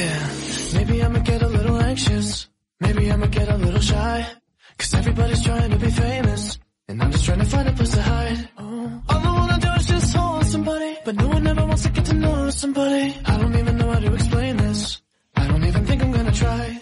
Yeah, maybe I'ma get a little anxious. Maybe I'ma get a little shy. Cause everybody's trying to be famous. And I'm just trying to find a place to hide. Oh. All I wanna do is just hold somebody. But no one ever wants to get to know somebody. I don't even know how to explain this. I don't even think I'm gonna try.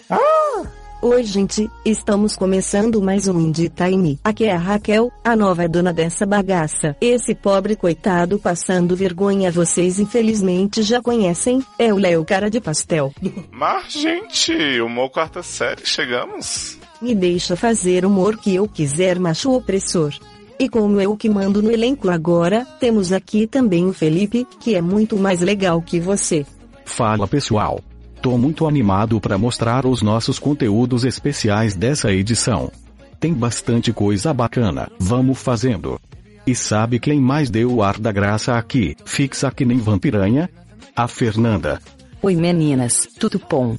Oi, gente, estamos começando mais um Indie Time. Aqui é a Raquel, a nova dona dessa bagaça. Esse pobre coitado passando vergonha, vocês infelizmente já conhecem, é o Léo Cara de Pastel. Mas, gente, uma quarta série, chegamos. Me deixa fazer humor que eu quiser, macho opressor. E como eu que mando no elenco agora, temos aqui também o Felipe, que é muito mais legal que você. Fala pessoal. Tô muito animado para mostrar os nossos conteúdos especiais dessa edição. Tem bastante coisa bacana, vamos fazendo. E sabe quem mais deu o ar da graça aqui, fixa que nem vampiranha? A Fernanda. Oi meninas, tudo bom?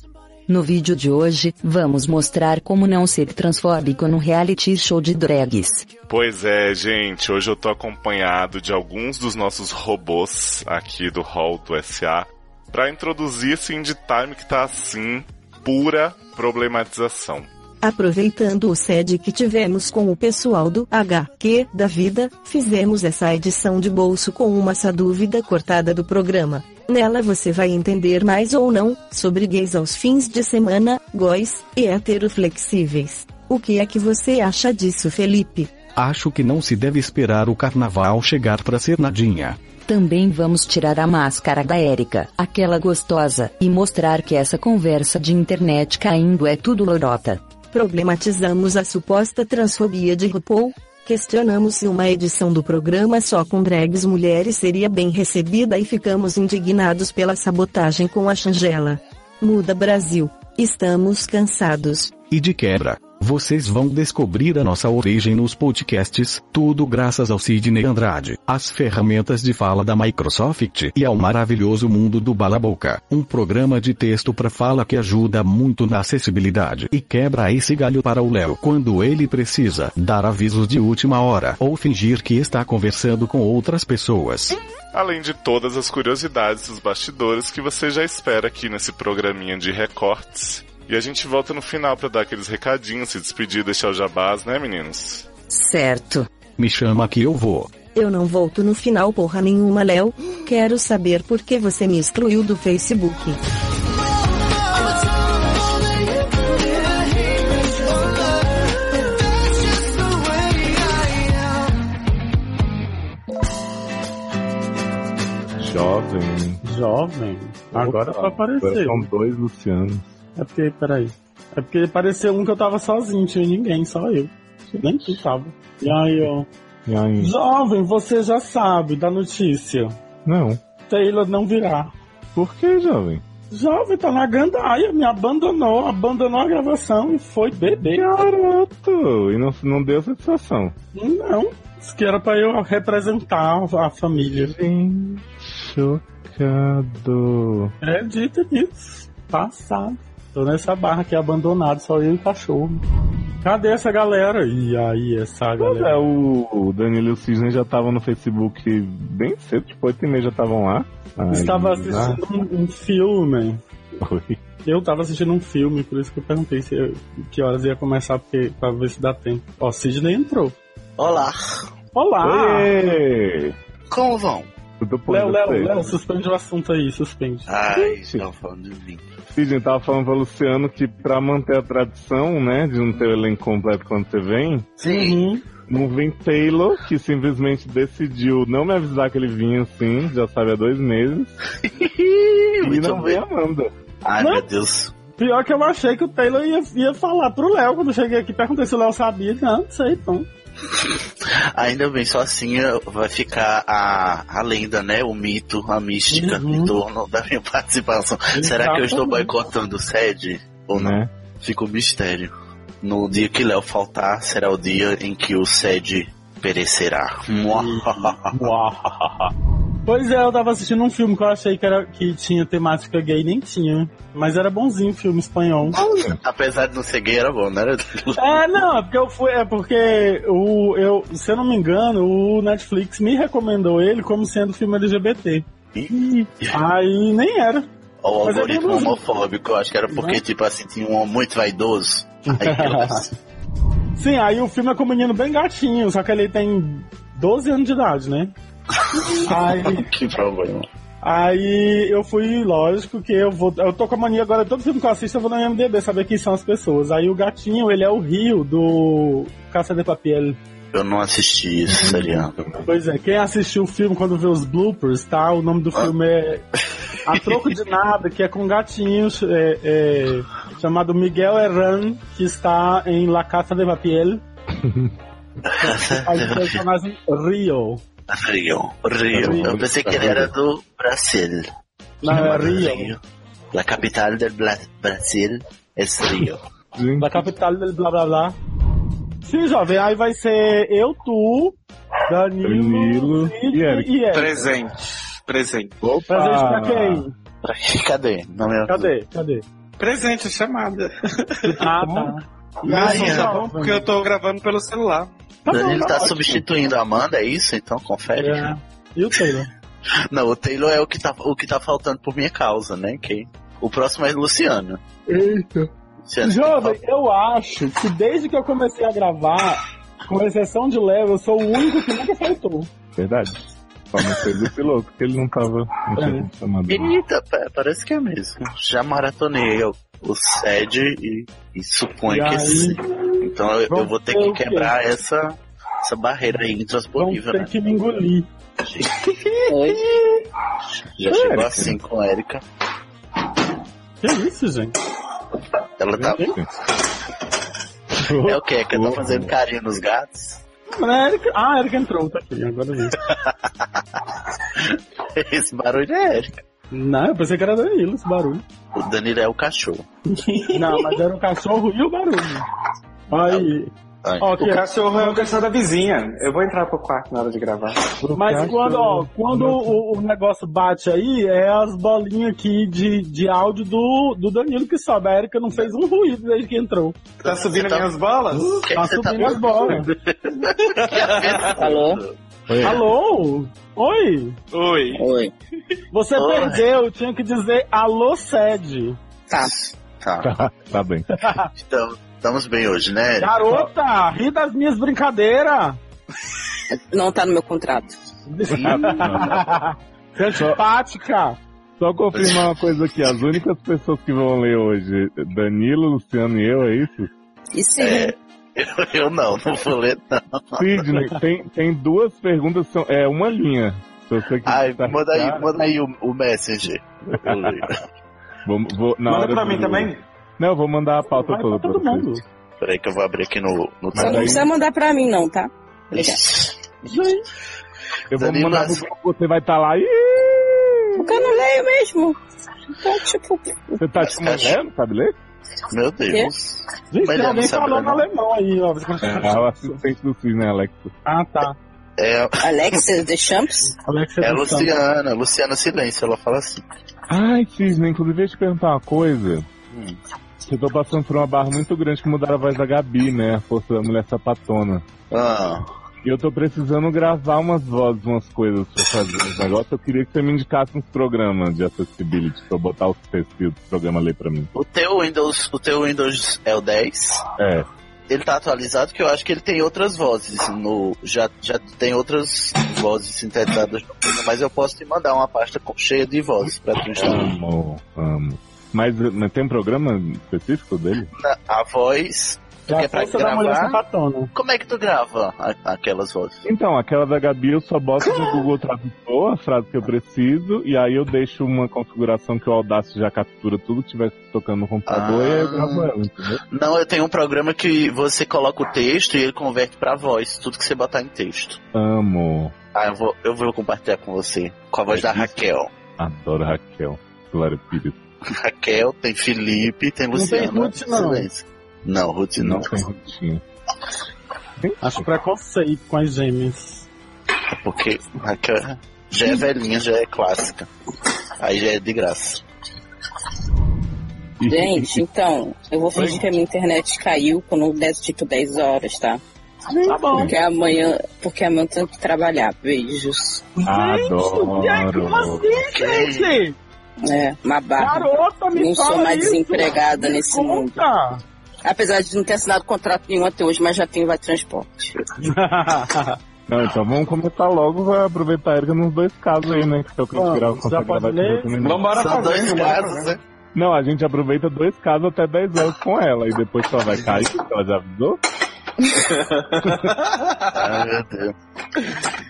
No vídeo de hoje, vamos mostrar como não ser transfóbico no reality show de drags. Pois é, gente, hoje eu tô acompanhado de alguns dos nossos robôs aqui do hall do SA pra introduzir esse Indie Time que tá assim, pura problematização. Aproveitando o sede que tivemos com o pessoal do HQ da Vida, fizemos essa edição de bolso com uma essa dúvida cortada do programa. Nela você vai entender mais ou não sobre gays aos fins de semana, góis e heteroflexíveis. O que é que você acha disso, Felipe? Acho que não se deve esperar o carnaval chegar pra ser nadinha. Também vamos tirar a máscara da Érica, aquela gostosa, e mostrar que essa conversa de internet caindo é tudo lorota. Problematizamos a suposta transfobia de RuPaul? Questionamos se uma edição do programa só com drags mulheres seria bem recebida e ficamos indignados pela sabotagem com a Changela. Muda Brasil. Estamos cansados. E de quebra, vocês vão descobrir a nossa origem nos podcasts, tudo graças ao Sidney Andrade, às ferramentas de fala da Microsoft e ao maravilhoso mundo do Bala Boca, um programa de texto para fala que ajuda muito na acessibilidade e quebra esse galho para o Léo quando ele precisa dar avisos de última hora ou fingir que está conversando com outras pessoas. Além de todas as curiosidades dos bastidores que você já espera aqui nesse programinha de recortes. E a gente volta no final pra dar aqueles recadinhos, se despedir, deixar o jabás, né, meninos? Certo. Me chama que eu vou. Eu não volto no final porra nenhuma, Léo. Quero saber por que você me excluiu do Facebook. Jovem. Jovem. Agora Opa, pra aparecer. São dois Lucianos. É porque, peraí. É porque pareceu um que eu tava sozinho, tinha ninguém, só eu. Nem tu tava. E aí, ó. E aí? Jovem, você já sabe da notícia. Não. Taylor não virá. Por que, jovem? Jovem, tá na gandaia, me abandonou, abandonou a gravação e foi beber. Garoto! E não, não deu satisfação. Não, isso que era pra eu representar a família. Sim. Chocado. Acredita nisso. Passado. Tô nessa barra aqui abandonado, só eu e o cachorro. Cadê essa galera? E aí, essa Pois galera? é, o, o Danilo e o Cisne já estavam no Facebook bem cedo, tipo 8 e meia já estavam lá. Aí, Estava lá assistindo um, um filme. foi. Eu estava assistindo um filme, por isso que eu perguntei se eu- que horas ia começar, porque, pra ver se dá tempo. Ó, Sidney entrou. Olá, Olá! Oi! como vão? Tudo bom? Ah! Léo, Léo, vocês? Léo, suspende o assunto aí, suspende. Ai, Gente. estão falando de mim. Sidney tava falando pra Luciano que pra manter a tradição, né, de não ter o elenco completo quando você vem, Sim, Uhum. Não vem Taylor, que simplesmente decidiu não me avisar que ele vinha assim, já sabe há dois meses. e muito não vem bem. Amanda. Ai, Não. meu Deus. Pior que eu achei que o Taylor ia, ia falar pro Léo quando eu cheguei aqui, perguntei se o Léo sabia. Não, não sei, então. Ainda bem, só assim eh, vai ficar a, a lenda, né? O mito, a mística Uhum. em torno da minha participação. Será que eu estou boicotando o sede ou não? Né? Fica o mistério. No dia que Léo faltar, será o Uhum. dia em que o sede perecerá. Mua. Uau. Pois é, eu tava assistindo um filme que eu achei que, era, que tinha temática gay, nem tinha. Mas era bonzinho o filme espanhol. Apesar de não ser gay, era bom, né? É, não, é porque eu fui. É porque o, eu, se eu não me engano, o Netflix me recomendou ele como sendo filme LGBT. Ih, Aí nem era. O Mas é bem algoritmo bonzinho. homofóbico, eu acho que era porque, Né? tipo assim, tinha um homem muito vaidoso. Aí, elas- Sim, aí o filme é com um menino bem gatinho, só que ele tem 12 anos de idade, né? aí, que problema. aí eu fui, lógico, que eu vou. Eu tô com a mania agora, todo filme que eu assisto, eu vou no MDB saber quem são as pessoas. Aí o gatinho, ele é o Rio do Caça de Papel. Eu não assisti isso, seriado. Pois é, quem assistiu o filme quando vê os bloopers, tá? O nome do filme é A Troco de Nada, que é com um gatinho é, é, chamado Miguel Herran, que está em La Casa de Papel. Faz o personagem Rio. Rio, Rio. Eu pensei que ele era do Brasil. Não, é Rio. Rio. La capital do Bla- Brasil é Rio. Da capital dele, blá blá blá. Sim, jovem, aí vai ser eu, tu, Danilo, Danilo Cid e Eric. e Eric. Presente. Presente. Presente pra quem? Cadê? Não me Cadê? é Cadê? Presente, chamada. Ah, tá. Não, Ai, não, tá não, porque eu tô gravando pelo celular. Tá bom, Ele tá ótimo. substituindo a Amanda, é isso? Então confere. É. E o Taylor? Não, o Taylor é o que, tá, o que tá faltando por minha causa, né? Que o próximo é Luciano. Luciano Jovem, eu acho que desde que eu comecei a gravar, com exceção de Léo, eu sou o único que nunca faltou. Verdade. Só não fez o piloto, que ele não tava. Não tinha sido chamado. Eita, pa- parece que é mesmo. Já maratonei o, o SED e, e E suponho que aí, sim. Então eu, eu vou ter que Vamos ver o quê? quebrar essa, essa barreira aí vão intransponível, ter né? que me engolir. Já chegou assim com a Erika. Que isso, gente? Ela tá. É o que? Que ela tá Uou. fazendo carinho nos gatos? Mas a Erika- Ah, a Erika entrou, tá aqui, agora eu vi. Esse barulho é Erika. Não, eu pensei que era Danilo esse barulho. O Danilo é o cachorro. Não, mas era o cachorro e o barulho. Aí. Ai. Ó, que O cachorro é o cachorro da vizinha. Eu vou entrar pro quarto na hora de gravar. Mas quando, ó, quando o, o negócio bate aí, é as bolinhas aqui de, de áudio do, do Danilo que sobe. A Erika não fez um ruído desde que entrou. Tá subindo Você tá- minhas bolas? O que, é Tá que você tá subindo as bolas. Alô? Alô? Oi? Oi. Oi. Você Oi. perdeu, tinha que dizer alô, sede. Tá. Tá, Tá, tá bem. então, estamos bem hoje, né? Erika? Garota, ri das minhas brincadeiras. Não tá no meu contrato. Você é simpática. Só confirmar uma coisa aqui, as únicas pessoas que vão ler hoje, Danilo, Luciano e eu, é isso? E sim, É, eu, eu não, não vou ler não. Sidney, tem, tem duas perguntas, são, é uma linha. Se você quiser tá- Ai, Tá, destacar, manda aí, manda aí o, o Messenger. Eu leio. vou- vou- na Manda hora pra do- mim também? Não, eu vou mandar a pauta Vai toda pra pra todo vocês. mundo. Peraí que eu vou abrir aqui no, no só não aí- precisa mandar pra mim, não, tá? Obrigada. Gente, Eu vou Danilo, mandar pro as- grupo, você vai estar lá e Porque eu não leio mesmo. Então, tipo, você tá te mulher, sabe ler? Meu Deus. Mas gente tem não alguém sabe, falando né? alemão aí, ó. É o assistente do Sidney, Alex. Ah, tá. É, Alexis de Champs. Alex, é a Luciana, Luciana Silêncio, ela fala assim. Ai, Cisne, inclusive eu ia te perguntar uma coisa. Hum. Eu tô passando por uma barra muito grande que mudaram a voz da Gabi, né? A força da mulher sapatona. Ah, E eu tô precisando gravar umas vozes, umas coisas pra fazer uns negócios. Eu queria que você me indicasse uns programas de accessibility pra eu botar os perfis do programa ali pra mim. o teu Windows, o teu Windows é o 10. É. Ele tá atualizado que eu acho que ele tem outras vozes no já já tem outras vozes sintetizadas, no programa, mas eu posso te mandar uma pasta com- cheia de vozes pra tu instalar. Amo, amo. Mas, mas tem um programa específico dele? Na- A voz, é que é a pra força da mulher gravar. sapatona. como é que tu grava a- aquelas vozes? Então, aquela da Gabi eu só boto no Google Tradutor a frase que eu preciso, e aí eu deixo uma configuração que o Audacity já captura tudo que estiver tocando no computador Ah. e aí eu gravo ela, entendeu? Não, eu tenho um programa que você coloca o texto e ele converte pra voz, tudo que você botar em texto. Amo. Ah, eu vou, eu vou compartilhar com você, com a voz da Raquel. Adoro Raquel. Glória Pires. Raquel, tem Felipe, tem Luciana. tem Ruth, não. Silêncio. Não, Ruth não. Não tem rotinho. Acho preconceito com as gêmeas. Porque Raquel. Já é velhinha, já é clássica. Aí já é de graça. Gente, então, eu vou fingir que a minha internet caiu quando der tipo 10 horas, tá? Tá bom. Porque amanhã, porque amanhã eu tenho que trabalhar. Beijos. Adoro. assim, Sim, gente! É, uma barra. Garota, me Não sou fala mais isso. desempregada nesse mundo. Conta! Apesar de não ter assinado contrato nenhum até hoje, mas já tenho vai transporte. Não, então vamos começar logo, vai aproveitar a Erika nos dois casos aí, né? Que eu quero Vamos, tirar já o contrato pode gravar com ler? você também. Vambora São fazer. dois vambora casos, fazer. né? Não, a gente aproveita dois casos até 10 anos com ela e depois só vai cair, porque ela já avisou. Ai, Ah, meu Deus.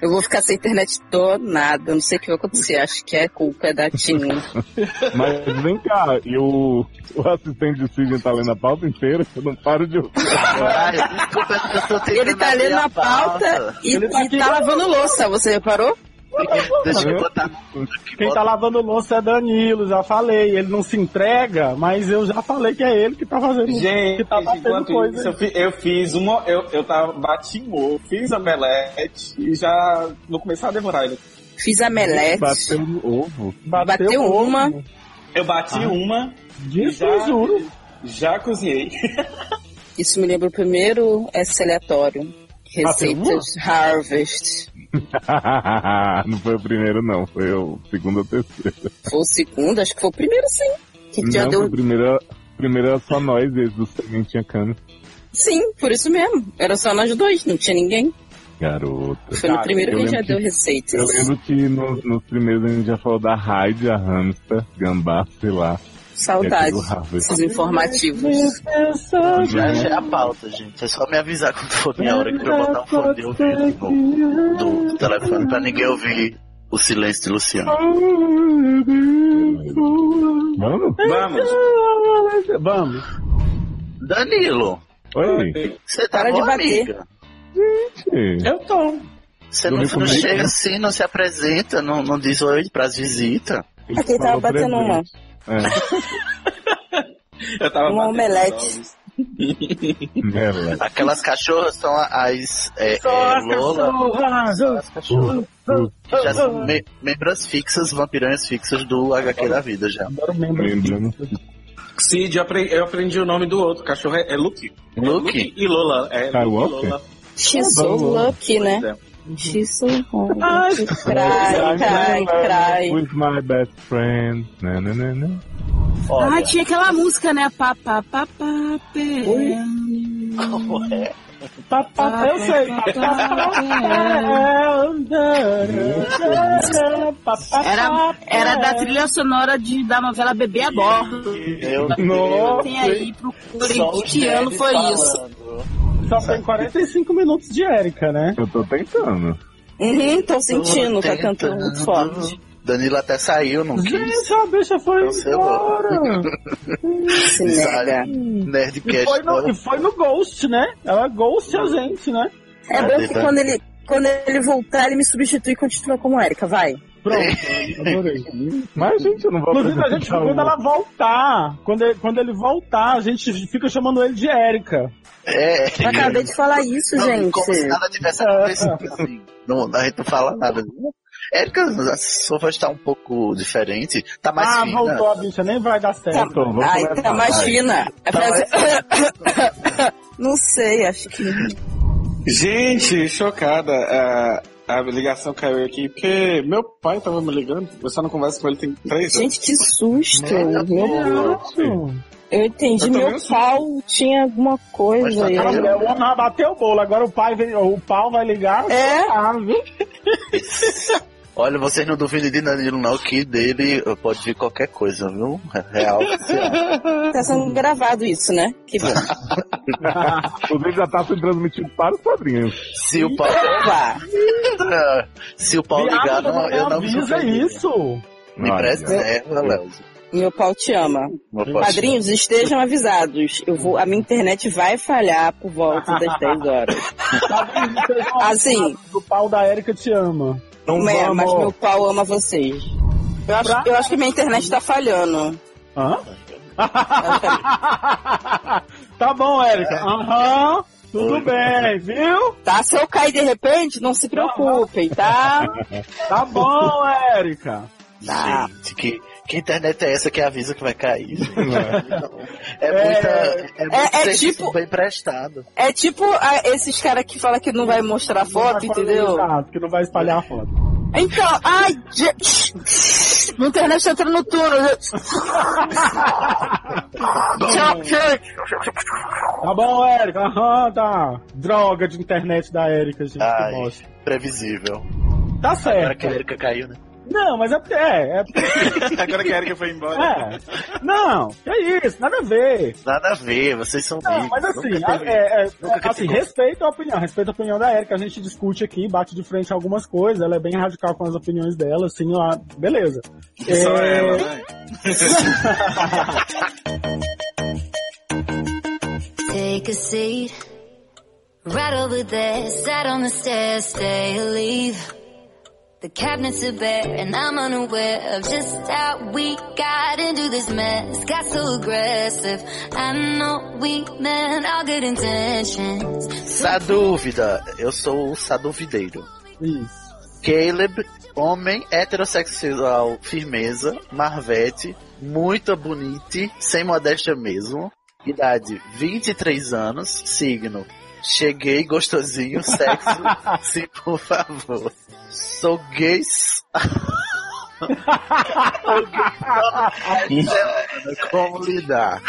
Eu vou ficar sem internet do nada. Não sei o que vai acontecer. Acho que é culpa da Tim. Mas vem cá, e o, o assistente de Sidney tá lendo a pauta inteira, eu não paro de ouvir. Ai, desculpa, é que eu tô tentando Ele tá abrir lendo a pauta e, Ele tá e aqui. tá lavando louça. Você reparou? Deixa eu botar. Quem tá lavando louça é Danilo, já falei. Ele não se entrega, mas eu já falei que é ele que tá fazendo Gente, que tá fazendo enquanto coisa. isso, eu, fi- eu fiz uma. Eu, eu tava bati em ovo, fiz omelete e já vou começar a devorar ele. Fiz a melete. Bateu no ovo. Bateu uma. ovo. Ah. Eu bati uma, Disso Já. eu juro. já cozinhei. Isso me lembra o primeiro S aleatório. Receitas Harvest. não foi o primeiro, não. Foi o segundo ou terceiro. Foi o segundo, acho que foi o primeiro sim. Que já não, foi deu. o primeiro, primeiro era só nós, esse do Sementinha Cana. Sim, por isso mesmo. Era só nós dois, não tinha ninguém. Garota. Foi no Cara, primeiro eu que já lembro deu que- receitas. Eu lembro que no- nos primeiros a gente já falou da Raid, a Hamster, Gambá, sei lá. e aquele Saudade. do Harvest. Esses informativos. Já achei a pauta, gente. É só me avisar quando for minha hora que eu botar um fone de ouvido no, do, do telefone pra ninguém ouvir o silêncio de Luciano. Hum. Vamos? Vamos. Vamos. Danilo, Oi. você tá Para de bom, bater. amiga? gente. Eu tô. Você Dormi não, comigo. não chega assim, não se apresenta, não, não diz oi pras visitas. Ele Aqui tava falou batendo uma. presente. É, Eu tava Uma batendo omelete. os ovos. ela. Aquelas cachorras são as é, é, Lola, as cachorras. Que já são me- membras fixas, vampiranhas fixas do HQ da vida já. Agora eu lembro. Lembrando. Cid, eu apre- eu aprendi o nome do outro. O cachorro é, é Luke. É Luke? e Lola. É, Luke e Skywalker? Lola. She's so Tá lucky, né? Pois é. She's um so Ai, lucky. Cry, cry, cry. With my best friend. Né, né, né, né. Olha, Ah, tinha aquela música, né? Pá, pá, pá, pá, pé. como é? Tá, tá, eu sei. Pá, pá, pé. tá, Era, era É. da trilha sonora de, da novela Bebê a Bordo. Meu Nossa. Tem aí, Só procurem os que ano nerds foi falando. isso. Só tem 45 minutos de Érica, né? Eu tô tentando. Uhum, tô sentindo, tá Tentando. cantando muito forte. Danilo até saiu, não quis. Gente, a bicha foi Cancelou. embora. Se nega. E Nerdcast. foi, no, bora. e foi no Ghost, né? Ela ghost a gente, né? É Ah, bom que tá. quando ele, quando ele voltar, ele me substitui e continua como Érica, vai. Adorei. Mas, gente, eu não vou Inclusive, a gente, apresentar o- quando ela voltar, quando ele, quando ele voltar, a gente fica chamando ele de Érica. É, Eu acabei de falar isso, não, gente. como tá se nada tivesse acontecido assim. Não, a gente não fala nada. Érica, a sua voz tá um pouco diferente. Tá mais ah, fina. voltou a bicha, nem vai dar Tá, certo. Então, vamos ai, começar, tá mais vai. fina. A Tá frase- Não sei, acho que. Gente, chocada. A, a ligação caiu aqui porque meu pai tava me ligando. Eu só não converso com ele tem três anos. Gente, que susto! Meu- Isso. Eu entendi, Eu também meu sou. pau tinha alguma Mas coisa tá aí. Ah, mulher, o homem bateu o bolo, agora o pai vem, o pau vai ligar. É? Ah, viu? Olha, vocês não duvidem de Danilo, não, que dele pode vir qualquer coisa, viu? Real. oficial. Tá sendo gravado isso, né? Que É. bom. O vídeo já tá sendo transmitido para os padrinhos. Se o pau. Opa! Se o pau ligar, Viado, Tá não, eu não me avisa surpreenderia. isso. Me né? Olha. preserva, Léo. Meu pau te ama. Meu pau. Padrinhos, estejam avisados. Eu vou, a minha internet vai falhar por volta das 10 horas. Assim, O pau da Érica te ama. Não é, vamos. mas meu pau ama vocês. Eu acho, eu acho que minha internet tá falhando. Tá, É. Hã? tá bom, Érica. Aham. Tudo bem, viu? Tá, se eu cair de repente, não se preocupem, tá? Tá bom, Érica. Tá. Gente, que, que internet é essa que avisa que vai cair? É, muita. É, muito é serviço tipo- bem prestado. É tipo ah, esses caras que falam que não vai mostrar foto, entendeu? Exato, que não vai espalhar a foto. Então, ai, gente. Na internet tá entrando no túnel. Tchau, gente. Tá bom, Érica. Aham, tá. Droga de internet da Érica, gente. Ai, Que bosta. previsível. Tá Agora certo. que a Erika caiu, né? Não, mas é porque. É, é porque. Agora que a Erika foi embora. É. Não, é isso, nada a ver. Nada a ver, vocês são Não, amigos. mas assim, nunca a- teve- é, é, nunca é, assim criticou. respeito a opinião, respeito a opinião da Erika. A gente discute aqui, bate de frente algumas coisas. Ela é bem radical com as opiniões dela, assim, lá, beleza. Só É, ela, né? Take a seat. Right over there, sat on the stairs, stay or leave. The cabinets are bare and I'm unaware of just how we got into this mess. Got so aggressive. I know we meant all good intentions. Sa dúvida, eu sou o saduvideiro. Isso. Caleb, homem heterossexual, firmeza, marvete, muito bonite, sem modéstia mesmo. Idade 23 anos, signo. Cheguei gostosinho, sexo, sim, por favor. Sou gay. Como lidar?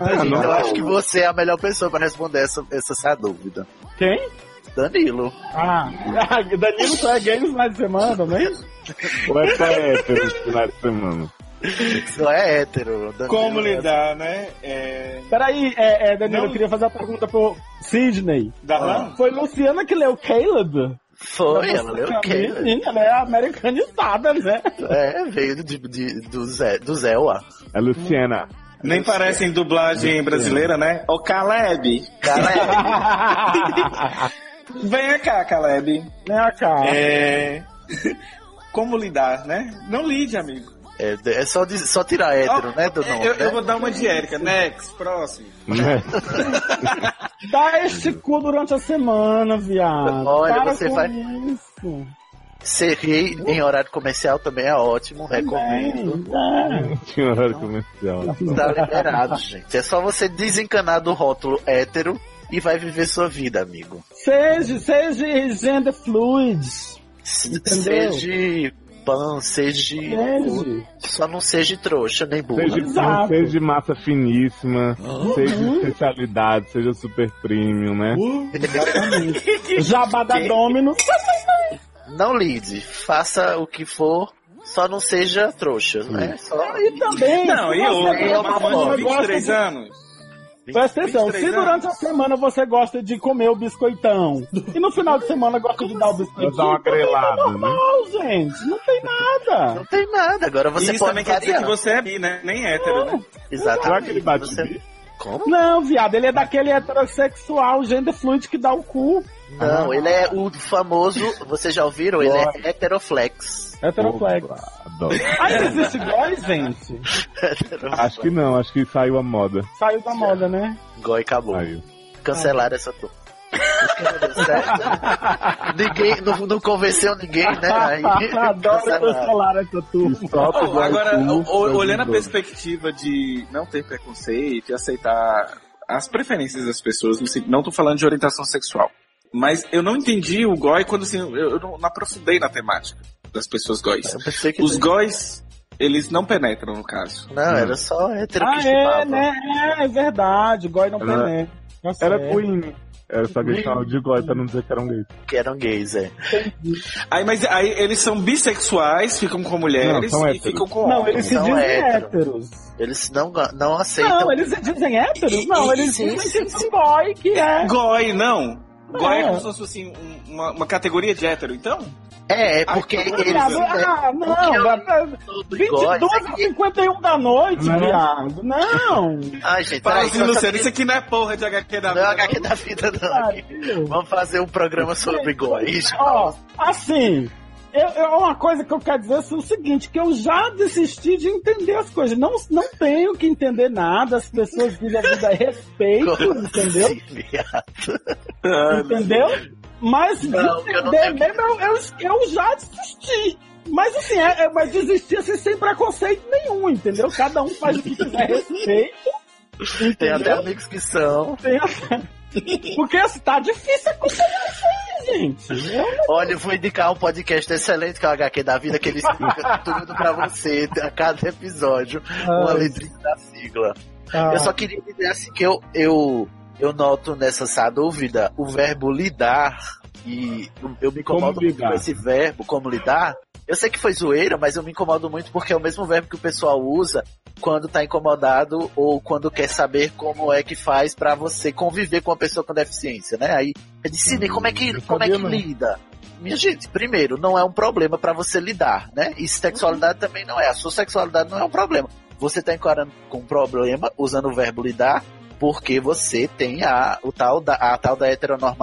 Ah, não. Eu acho que você é a melhor pessoa para responder essa, essa, essa dúvida. Quem? Danilo. Ah, Danilo só é gay nos finais de semana também? Ou é só hétero no final de semana? Só é hétero. Danilo Como é- lidar, né? É... Peraí, é, é, Danilo, Não. eu queria fazer uma pergunta pro Sidney. Ah. Darlan? Foi Luciana que leu Caleb? Foi, ela leu o quê? Menina, ela é americanizada, né? É, veio de, de- do, Zé, do Zé, ó. É Luciana. Nem parece em dublagem brasileira, né? Ô Caleb, Cara, vem cá, Caleb. Né, cara? É... Como lidar, né? Não lide, amigo. é, é, é só, de- só tirar hétero, né, do nome, eu, né? eu vou dar uma de Erika. Next, próximo. Né? Dá este cu durante a semana, viado. Olha, Para você com vai- Isso. Ser gay em horário comercial também é ótimo, recomendo. É. Tinha um horário comercial. Tá liberado, gente. É só você desencanar do rótulo hétero e vai viver sua vida, amigo. Seja, seja gender fluid. Se- Entendeu? Seja pan, seja... É. Seja. Só não seja trouxa, nem burro. Seja, Exato. seja de massa finíssima, seja especialidade, seja super premium, né? Jabá da Domino. Não lide, faça o que for, só não seja trouxa, né? Só... E também. Não, se e você outra, gosta eu de mamãe de negócio 23 de- anos. Presta atenção, 23 se durante a semana você gosta de comer o biscoitão e no final de semana gosta de dar o Vou biscoitinho, dar uma grelada, né? normal, gente. Não tem nada. Não tem nada, agora você Isso pode também quer dizer variar. que você é bi, né? Nem hétero, né? Exatamente. Será que ele bate Você- Como? Não, viado, ele é daquele heterossexual, gender fluid que dá o cu. Não, ele é o famoso, vocês já ouviram? Ele é heteroflex. é Heteroflex. Adoro. Ah, existe goi, gente? Acho que não, acho que saiu a moda. Saiu da moda, né? Goi acabou. Saiu. Cancelaram essa turma. Isso que não deu certo. ninguém, não, não convenceu ninguém, né? Aí, é Adoro cancelaram. cancelar essa turma. Solta o Oh, agora, Goiacu, o- o- olhando a 2012. perspectiva de não ter preconceito e aceitar as preferências das pessoas, no sen- não tô falando de orientação sexual, mas eu não entendi o goi quando assim, eu, eu não, não aprofundei na temática das pessoas góis. Eu pensei que Os góis, eles não penetram no caso. não, era só hétero que Ah, é, chupava. né? É, é verdade, goi não Ah. penetra. Nossa, Era é. Queen. Era só que eles chamavam de goi pra não dizer que um eram gays. Que eram gays, é. Aí, mas aí eles são bissexuais, ficam com mulheres Não, são e héteros. ficam com Não, homens. eles se Não dizem é hétero. héteros. Eles não, não aceitam. Não, eles se dizem héteros? Não, eles Sim, dizem que são boy, que é. Goi, não. Goi é, É. como se fosse assim, um- uma, uma categoria de hétero, então? É, é porque Ah, eles. Ah, não, vai- Goi, 22 a 51 da noite, Não. viado. Não. Ai, gente, Fala peraí, assim, só- Luciano, isso aqui não é porra de HQ da Não é vida, HQ da vida, não. Pariu. Vamos fazer um programa sobre goi. Ó, assim, Eu, eu, uma coisa que eu quero dizer é o seguinte, que eu já desisti de entender as coisas. Não, não tenho que entender nada, as pessoas vivem a vida a respeito, entendeu? assim, entendeu? Mas Não, entender eu não tenho que- mesmo, eu, eu, eu já desisti. Mas assim, é, é- mas desistir assim sem preconceito nenhum, entendeu? Cada um faz o que quiser a respeito. Tem até entendeu? amigos que são. Tem a- Porque assim, tá difícil acompanhar isso aí, gente. Olha, eu vou indicar um podcast excelente que é o HQ da Vida, que ele explica tudo pra você a cada episódio. Uma Ai. letrinha da sigla. Ah. Eu só queria dizer assim que eu, eu, eu noto nessa sá dúvida o verbo lidar. E eu- eu me incomodo muito com esse verbo, como lidar. Eu sei que foi zoeira, mas eu me incomodo muito porque é o mesmo verbo que o pessoal usa quando tá incomodado ou quando quer saber como é que faz pra você conviver com uma pessoa com deficiência, né? Aí eu disse, Sidney, como é que, como é que não. lida? Minha gente, primeiro, não é um problema pra você lidar, né? E sexualidade também não é. A sua sexualidade não é um problema. Você tá encarando com um problema usando o verbo lidar porque você tem a, o tal da, a tal da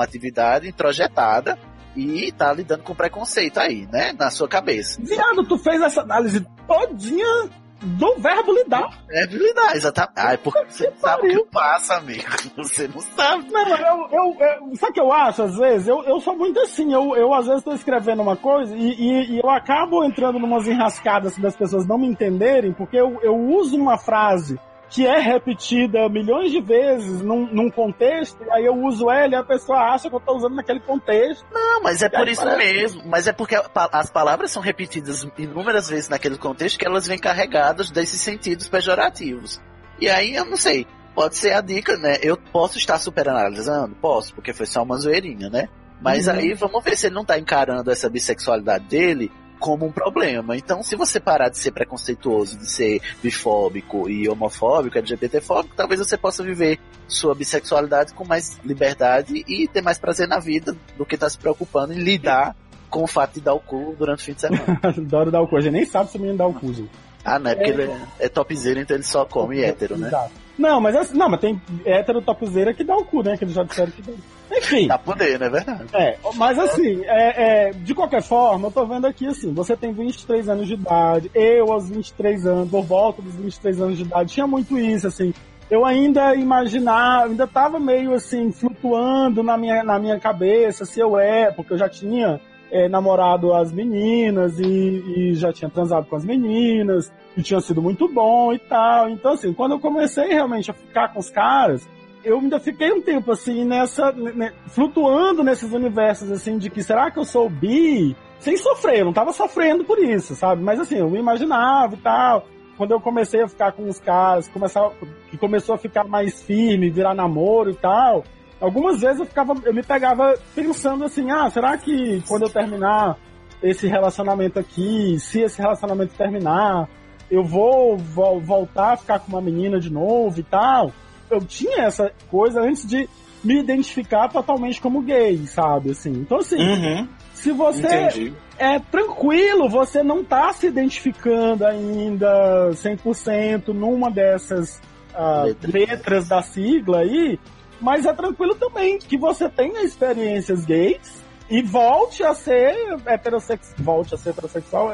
heteronormatividade introjetada e tá lidando com preconceito aí, né? Na sua cabeça. Viado, tu fez essa análise todinha do verbo lidar. Verbo lidar, exatamente. Ah, é porque você não sabe o que passa, amigo. Você não sabe. Não, mas eu, eu, eu- sabe o que eu acho, às vezes? Eu, eu sou muito assim, eu, eu às vezes tô escrevendo uma coisa e, e- e eu acabo entrando numas enrascadas assim, das pessoas não me entenderem, porque eu, eu uso uma frase que é repetida milhões de vezes num, num contexto, e aí eu uso ela e a pessoa acha que eu tô usando naquele contexto. Não, mas é E aí por isso parece- mesmo. Mas é porque a pa- as palavras são repetidas inúmeras vezes naquele contexto que elas vêm carregadas desses sentidos pejorativos. E aí, eu não sei. Pode ser a dica, né? Eu posso estar superanalisando? Posso, porque foi só uma zoeirinha, né? Mas Uhum. aí vamos ver se ele não tá encarando essa bissexualidade dele como um problema. Então, se você parar de ser preconceituoso, de ser bifóbico e homofóbico, é LGBTfóbico, talvez você possa viver sua bissexualidade com mais liberdade e ter mais prazer na vida do que tá se preocupando em lidar com o fato de dar o cu durante o fim de semana. Adoro dar o cu, a gente nem sabe se o menino dá o cu, gente. Ah, não é porque ele é- é topzera, então ele só come hétero, né? Exato. Não, mas, assim- não, mas tem hétero topzeira que dá o cu, né? Que eles já disseram que dá. Enfim. Dá poder, né? É verdade. É, mas assim, é, é, de qualquer forma, eu tô vendo aqui assim, você tem 23 anos de idade, eu aos 23 anos, por volta dos 23 anos de idade, tinha muito isso, assim. Eu ainda imaginava, ainda tava meio assim, flutuando na minha, na minha cabeça se eu é, porque eu já tinha é, namorado as meninas e, e já tinha transado com as meninas, e tinha sido muito bom e tal. Então, assim, quando eu comecei realmente a ficar com os caras, eu ainda fiquei um tempo assim nessa né, flutuando nesses universos assim de que será que eu sou bi sem sofrer, eu não tava sofrendo por isso, sabe? Mas assim, eu me imaginava e tal. Quando eu comecei a ficar com os caras, começar, que começou a ficar mais firme, virar namoro e tal, algumas vezes eu ficava, eu me pegava pensando assim, ah, será que quando eu terminar esse relacionamento aqui, se esse relacionamento terminar, eu vou vol- voltar a ficar com uma menina de novo e tal. Eu tinha essa coisa antes de me identificar totalmente como gay, sabe? Assim, então assim, Uhum. se você Entendi. é tranquilo, você não tá se identificando ainda 100% numa dessas ah, letras. da sigla aí, mas é tranquilo também que você tenha experiências gays e volte a ser heterossexual. Volte a ser heterossexual.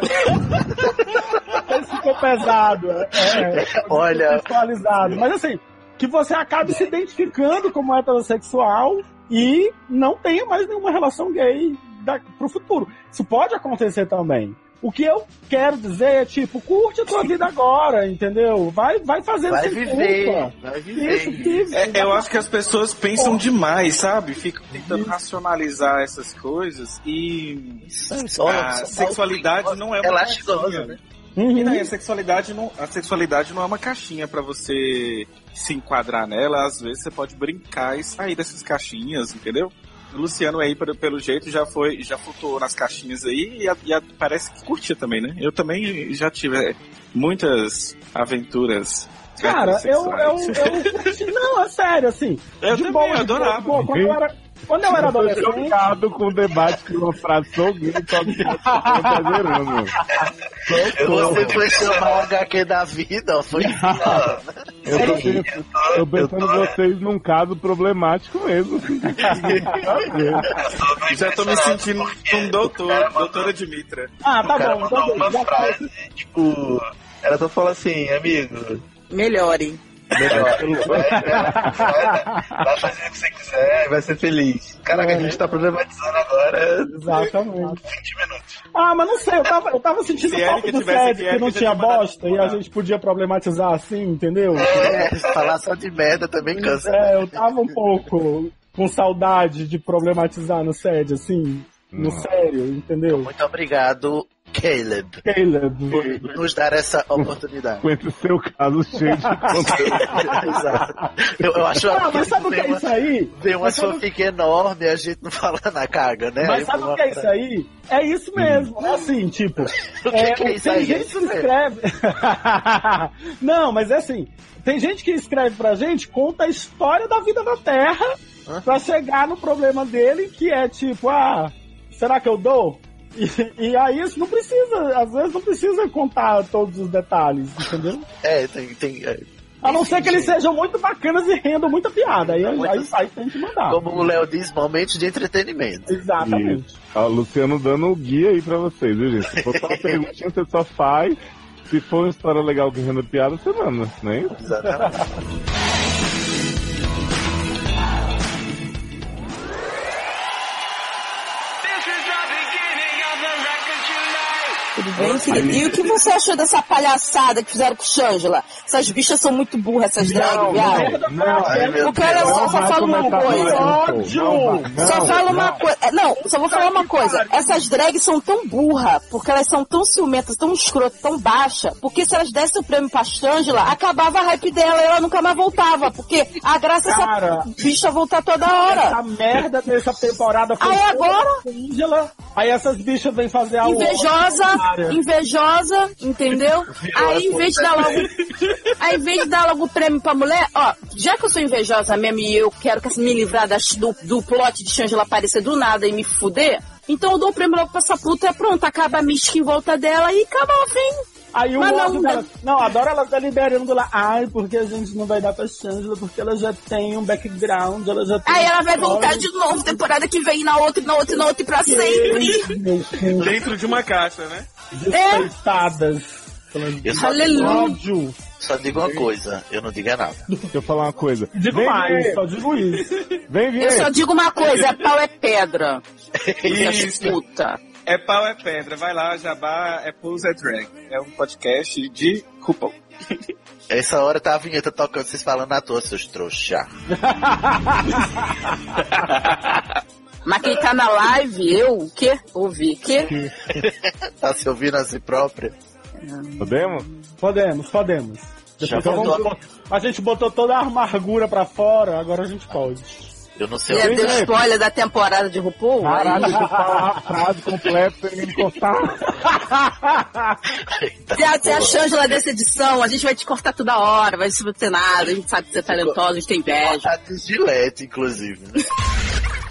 Isso ficou pesado. É, é, Olha. Sexualizado. Mas assim, que você acabe se identificando como heterossexual e não tenha mais nenhuma relação gay da, pro futuro. Isso pode acontecer também. O que eu quero dizer é, tipo, curte a tua vida agora, entendeu? Vai, vai fazendo Vai sem viver, culpa. vai viver. Isso, isso. É, eu acho que as pessoas pensam demais, sabe? Ficam tentando racionalizar essas coisas e a um sexualidade não é uma Elastigosa, caixinha. né? Uhum. E daí a sexualidade não, a sexualidade não é uma caixinha pra você se enquadrar nela. Às vezes você pode brincar e sair dessas caixinhas, entendeu? O Luciano aí, pelo, pelo jeito, já foi, já flutuou nas caixinhas aí e, a- e a- parece que curtia também, né? Eu também já tive é, muitas aventuras. Cara, eu, eu, heterossexuais. eu curti- Não, é sério, assim. Eu de também, boa, eu de boa, adorava. de boa. quando, eu era, Quando eu era Eu tô adolescente. chocado com o debate que uma frase sou gay, só me exagerando. Você foi chamar o HQ da vida, ó, foi. Eu tô pensando, eu pensando vocês num caso problemático mesmo. assim, que tem nada a ver. Já tô me sentindo um doutor, doutora Dimitra. Ah, tá O cara bom, mandou tá bom, uma já- frase, tipo, ela só fala assim, amigo, Melhore. melhor, vai, vai fazer o que você quiser, vai ser feliz. Caraca, a gente tá problematizando agora. Exatamente. Ah, mas não sei, eu tava, eu tava sentindo Se falta Érica do tivesse Fred, aqui, que não Érica tinha já tinha mandado bosta, e a gente podia problematizar assim, entendeu? É, falar só de merda também cansa. É, eu tava um pouco com saudade de problematizar no SED, assim, no sério, entendeu? Muito obrigado, Caleb, Caleb. por nos dar essa oportunidade. Com esse seu caso cheio de Exato. Eu, eu acho Ah, mas sabe o que é deu uma- isso aí? Deu uma Mas sabe o fanfic enorme, a gente não fala na carga, né? Mas Aí sabe foi o que é uma- isso aí? É isso mesmo. É assim, tipo. é, Hum. que é isso tem aí? É gente isso que mesmo. escreve. Não, mas é assim. Tem gente que escreve pra gente, conta a história da vida na Terra pra chegar no problema dele, que é tipo, ah, será que eu dou? E, e aí isso não precisa, às vezes não precisa contar todos os detalhes, entendeu? É, tem. tem é. A não ser que eles sejam muito bacanas e rendam muita piada. Aí, aí, aí, tem que mandar. Como o Léo diz, momentos de entretenimento. Exatamente. Isso. Ó, o Luciano dando o guia aí pra vocês, viu, gente? Se for só uma perguntinha, você só faz. Se for uma história legal que renda piada, você manda, não é isso? Exatamente. Tudo bem, querido? E o que você achou dessa palhaçada que fizeram com o Shangela? Essas bichas são muito burras, essas drag, viado. O cara só, só fala uma coisa. Só fala uma coisa. Não, só vou falar uma coisa. Essas drags são tão burra, porque elas são tão ciumentas, tão escrotas, tão baixa, porque se elas dessem o prêmio pra Shangela, acabava a hype dela e ela nunca mais voltava, porque a graça é Cara. essa bicha voltar toda hora. Essa merda dessa temporada foi. Aí toda agora? com Angela, aí essas bichas vêm fazer a Invejosa, invejosa, entendeu? Aí em vez de dar logo, aí em vez de dar logo o prêmio pra mulher, ó, já que eu sou invejosa mesmo e eu quero que- me livrar das- do, do plot de Shangela aparecer do nada e me fuder, então eu dou o prêmio logo pra essa puta e pronto, acaba a mística em volta dela e acabou, fim. Aí o Mas ódio não, dela- Não, adoro ela tá liberando lá. Ai, porque a gente não vai dar pra Shangela, porque ela já tem um background, ela já tem. Aí ela vai voltar de novo, temporada que vem, na outra, na outra, na outra e pra sempre. Dentro de uma caixa, né? Despeitadas. Eu só digo, é Aleluia. Ódio. só digo uma coisa, eu não digo é nada. Deixa eu falar uma coisa. Digo Vem, mais, Vinheta. só digo isso. Vem, Eu só Vinheta. digo uma coisa, é pau é pedra. Filhas Isso. puta. É pau, é pedra. Vai lá, Jabá, é Pulse, é Drag. É um podcast de RuPaul. Essa hora tá a vinheta tocando, vocês falando à toa, seus trouxa. Mas quem tá na live, eu, o quê? Ouvi, quê? Tá se ouvindo a si própria? Podemos? Podemos, podemos. Já Depois vamos- voltou. A gente botou toda a amargura pra fora, agora a gente pode. Eu não sei. Já onde- deu spoiler da temporada de RuPaul? Aí. Caralho, deixa eu falar a frase completa sem me cortar. Se a, se a Shangela dessa edição, a gente vai te cortar toda hora, vai se ter nada, a gente sabe que você é talentosa, a gente tem inveja. Tá de gilete, inclusive. né?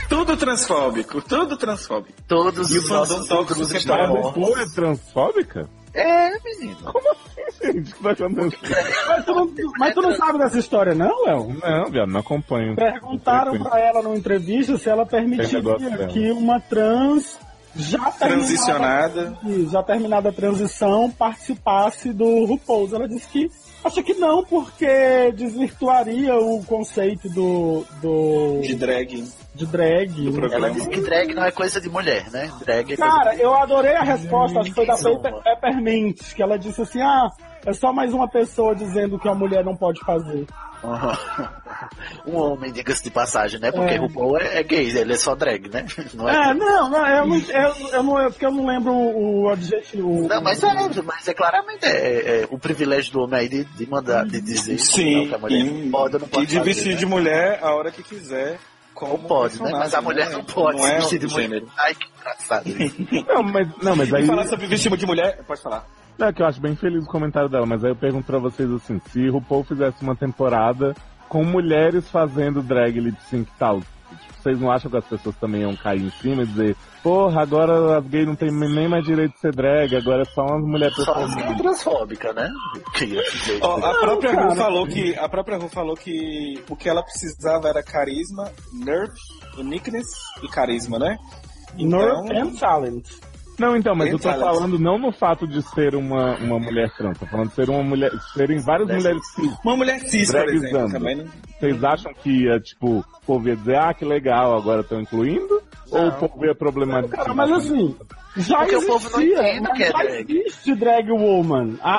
Tudo transfóbico, tudo transfóbico. Todos E o os fandom nossos tóxico grupos que estão tá mortos. Pô, é transfóbica? É, menino. Gente, o que tá acontecendo? Mas tu, não, mas tu não sabe dessa história, não, Léo? Não, viado, não acompanho. Perguntaram pra ela numa entrevista se ela Tem negócio permitiria dela. que uma trans já terminada, Transicionada. já terminada a transição participasse do RuPaul's. Ela disse que acha que não, porque desvirtuaria o conceito do, do De drag. de drag. né? Ela disse que drag não é coisa de mulher, né? Drag é coisa Cara, eu adorei a resposta, acho que foi da Hum, Pepper- Peppermint, que ela disse assim, ah, é só mais uma pessoa dizendo que a mulher não pode fazer. Um homem, diga-se de passagem, né? Porque É. RuPaul é, é gay, ele é só drag, né? Não é. É, não, não, eu não, eu, eu não, é porque eu não lembro o adjetivo. Não, mas é, mas é claramente é, é o privilégio do homem aí de, de mandar, de dizer não, que a mulher e, pode ou não pode e de fazer, vestir né? de mulher a hora que quiser. Como Não pode, né? Mas a personagem, mulher né? não pode Não se é vestir de um mulher. gênero. Ai, que engraçado. isso. Não, mas, não, mas E aí. falar sobre vestir de mulher, pode falar. Não, é que eu acho bem feliz o comentário dela, mas aí eu pergunto pra vocês assim, se RuPaul fizesse uma temporada com mulheres fazendo drag lip sync e tal, tipo, Vocês não acham que as pessoas também iam cair em cima e dizer, porra, agora as gays não tem nem mais direito de ser drag, agora é só umas mulheres Só as que é transfóbica, né? Que eu fiquei- Ó, a Não, própria cara, Ru falou que a própria Ru falou que o que ela precisava era carisma, nerve, uniqueness e carisma, né? Nerve and talent. Não, então, mas Bem eu tô falado. falando não no fato de ser uma, uma mulher trans, tô falando de ser uma mulher, serem várias Drag- mulheres cis. Uma mulher cis, por exemplo, dragizando. também né? não- Vocês acham que ia, tipo, o povo ia dizer, ah, que legal, agora estão incluindo? Ou o povo ia problematizar? Cara, mas assim, já Porque o existia, povo não entende o que é já drag. existe drag woman. A,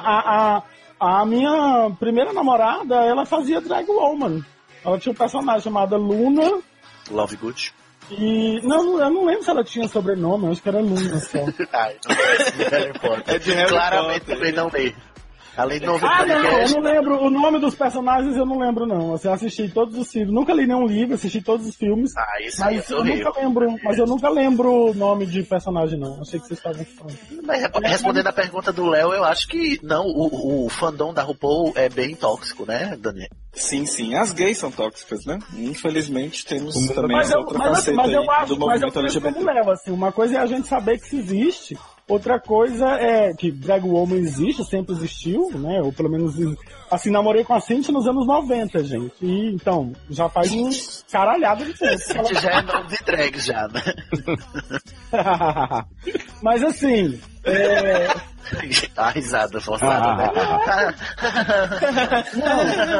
a, a, a minha primeira namorada, ela fazia drag woman. Ela tinha um personagem chamado Luna Love Good. e... Não, eu não lembro se ela tinha sobrenome, eu acho que era Luna só. Ai, não parece de Harry Potter. É de Harry Claramente também não li. Além de não né? ouvir Ah, não, eu podcast, não lembro. O nome dos personagens eu não lembro, não. Assim, eu assisti todos os filmes. Nunca li nenhum livro, assisti todos os filmes. Ah, isso aí mas é eu nunca horrível. lembro. Mas eu nunca lembro o nome de personagem, não. Achei que vocês estavam falando. mas re- respondendo a pergunta do Léo, eu acho que não, o, o fandom da RuPaul é bem tóxico, né, Daniel? Sim, sim. As gays são tóxicas, né? Infelizmente temos também Mas essa eu, outra mas, assim, faceta mas eu aí acho, do mas eu movimento penso LGBT. como Léo, assim, uma coisa é a gente saber que isso existe, outra coisa é que drag woman existe, sempre existiu, né, ou pelo menos, assim, namorei com a Cintia nos anos 90, gente, e então, já faz um caralhado de tempo. Gente, já é nome de drag já, né? mas assim, é, A Tá risada forçada, né?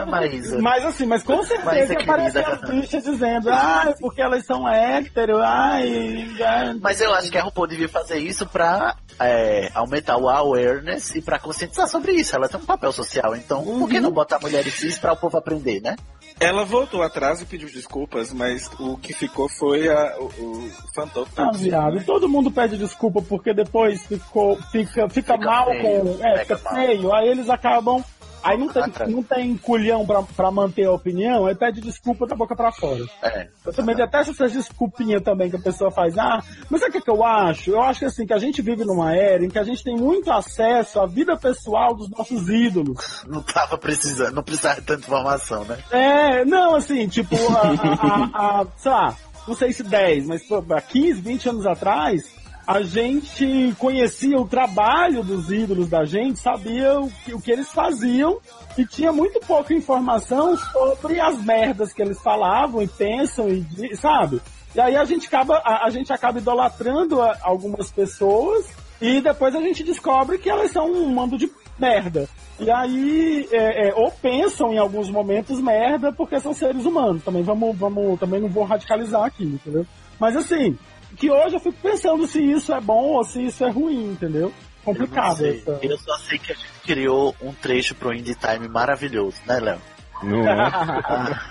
Maísa. Mas assim, mas com certeza Maísa aparece querida. as bichas dizendo, ah, é porque elas são hétero, ai, já- Mas eu acho que a RuPaul devia fazer isso pra é, aumentar o awareness e pra conscientizar sobre isso. Ela tem um papel social, então por que não botar mulheres cis pra o povo aprender, né? Ela voltou atrás e pediu desculpas, mas o que ficou foi a- o, o fandom Ah, tóxico. viado, todo mundo pede desculpa porque depois ficou, fica, fica, mal feio, com. É, pega fica feio, aí eles acabam. Aí não tem, não tem culhão pra, pra manter a opinião, aí pede desculpa da boca pra fora. É. Eu também detesto essas desculpinhas também que a pessoa faz. Ah, mas sabe o que, que eu acho? Eu acho que assim, que a gente vive numa era em que a gente tem muito acesso à vida pessoal dos nossos ídolos. Não tava precisando, não precisava de tanta informação, né? É, não, assim, tipo, a, a, a- a- sei lá, não sei se 10, mas pô, há 15, 20 anos atrás, a gente conhecia o trabalho dos ídolos da gente, sabia o que, o que eles faziam e tinha muito pouca informação sobre as merdas que eles falavam e pensam e di- sabe? E aí a gente acaba, a, a gente acaba idolatrando a- algumas pessoas e depois a gente descobre que elas são um mando de merda. E aí, é, é, ou pensam em alguns momentos merda porque são seres humanos. Também vamos, vamos, também não vou radicalizar aqui, entendeu? Mas assim, que hoje eu fico pensando se isso é bom ou se isso é ruim, entendeu? Complicado sei. essa. Eu só sei que a gente criou um trecho pro Indie Time maravilhoso, né, Léo? Não né?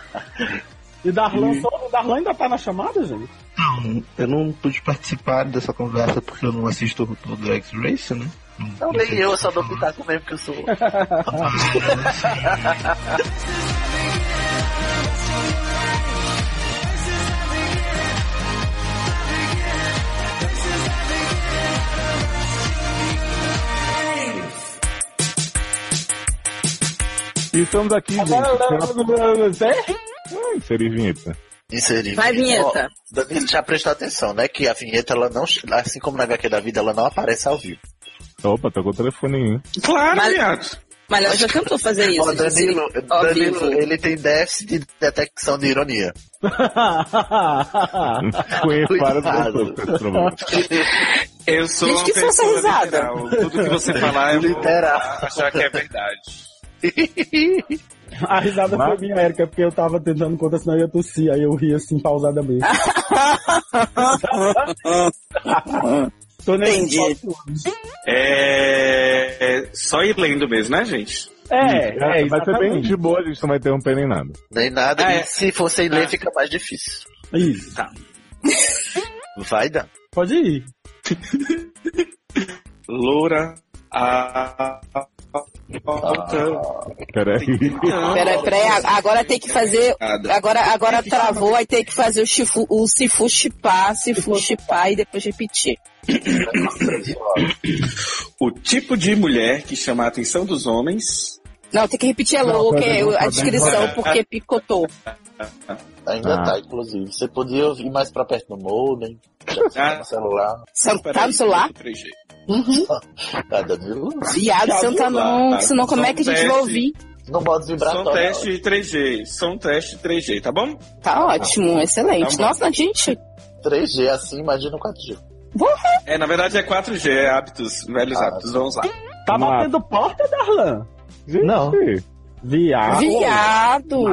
é? E Darlan, E- só, o Darlan ainda tá na chamada, gente? Não, eu não pude participar dessa conversa porque eu não assisto o Drag Race, né? Não, Então, nem eu, eu só dou pitaco mesmo que eu sou. E estamos aqui, gente. Ah, Inserir vinheta. Inserir. Vai, vinheta. Ó, Danilo já prestou atenção, né? Que a vinheta, ela não, assim como na HQ da vida, ela não aparece ao vivo. Opa, tô com o telefone aí. Claro, Mas- Mas ela já tentou fazer isso. Ó, Danilo, Ao Danilo, vivo. ele tem déficit de detecção de ironia. Conheço várias Cuidado. pessoas com esse problema. Eu sou Gente, uma que foi essa pessoa risada? literal. Tudo que você falar, é eu Literal. vou achar que é verdade. A risada Mas- foi minha, Érica, porque eu tava tentando contar, senão eu ia tossir, aí eu ri assim, pausadamente. Ah. Tô nesse ponto. É... é só ir lendo mesmo, né, gente? É, vai ser bem de boa, a gente não vai interromper nem nada. Nem nada, Ah, é. e se fossem ler, fica mais difícil. Isso. Tá. Vai dar. Pode ir. Loura. A... Peraí. Peraí, peraí, a- agora tem que fazer. Agora, agora travou, aí tem que fazer o chifu, o sifu chipar, sifu chipar e depois repetir. O tipo de mulher que chama a atenção dos homens Não, tem que repetir a, logo, Não, que- tá a bem, descrição, vai. porque picotou. Ainda Ah. tá, inclusive. Você podia ir mais pra perto do modem, já tá Ah, no celular. Você tá no um celular? Uhum. Tá, Danilo? Viado, você não tá não, senão como é que a gente vai ouvir? Não bota São vibratório. teste de 3G. São um teste de 3G, tá bom? Tá ótimo, excelente. Tá bom. Nossa, gente. 3G assim, imagina 4G. É, na verdade é 4G, é hábitos, velhos Ah, hábitos. Vamos lá. Tá batendo porta, Darlan? Não. Viado. Viado.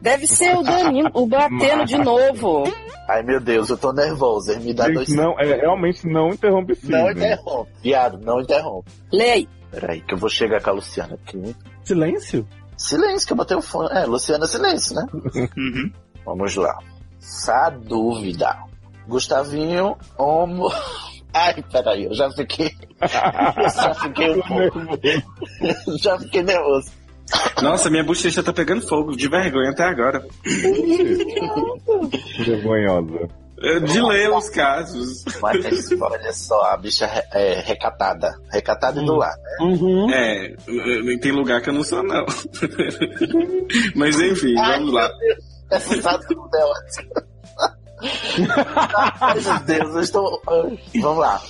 Deve ser o Danilo, o batendo de novo. Ai meu Deus, eu tô nervoso. Me dá dois Gente, não, é, realmente não interrompe sim. Não né? interrompe. Viado, não interrompe. Lei. Peraí, que eu vou chegar com a Luciana aqui. Silêncio? Silêncio, que eu botei o fone. É, Luciana, silêncio, né? Uhum. Vamos lá. Sá dúvida. Gustavinho, homo. Ai, peraí, eu já fiquei. eu já fiquei um pouco. já fiquei nervoso. Nossa, minha bochecha tá pegando fogo, de vergonha até agora. Vergonhosa. De ler os casos. Mas olha só, a bicha re- é recatada. Recatada Hum. e do lar, né? É, nem tem lugar que eu não sou, não. Mas enfim, Ai, vamos lá. Essa dúvida é ótima. Ai, meu Deus, eu estou. ai, Vamos lá.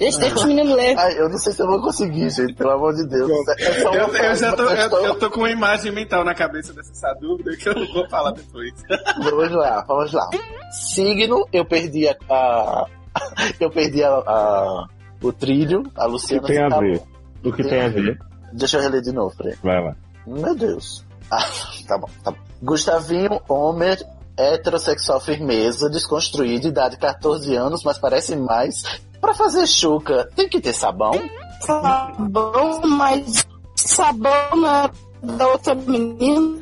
Gente, deixa os meninos ler. Ai, eu não sei se eu vou conseguir, gente, pelo amor de Deus. É só Eu, uma eu frase, já tô, mas eu eu, estou- eu tô com uma imagem mental na cabeça dessa essa dúvida que eu vou falar depois. Vamos lá, vamos lá. Signo, eu perdi a. a- eu perdi a, a- o trilho, a Luciana. O que tem a tá- ver? O que tem a ver? Deixa eu reler de novo, peraí. Vai lá. Meu Deus. Ah, tá bom, tá bom. Gustavinho, homem, heterossexual firmeza, desconstruído, idade 14 anos, mas parece mais. Pra fazer chuca, tem que ter sabão? Sabão, mas sabão na da outra menina.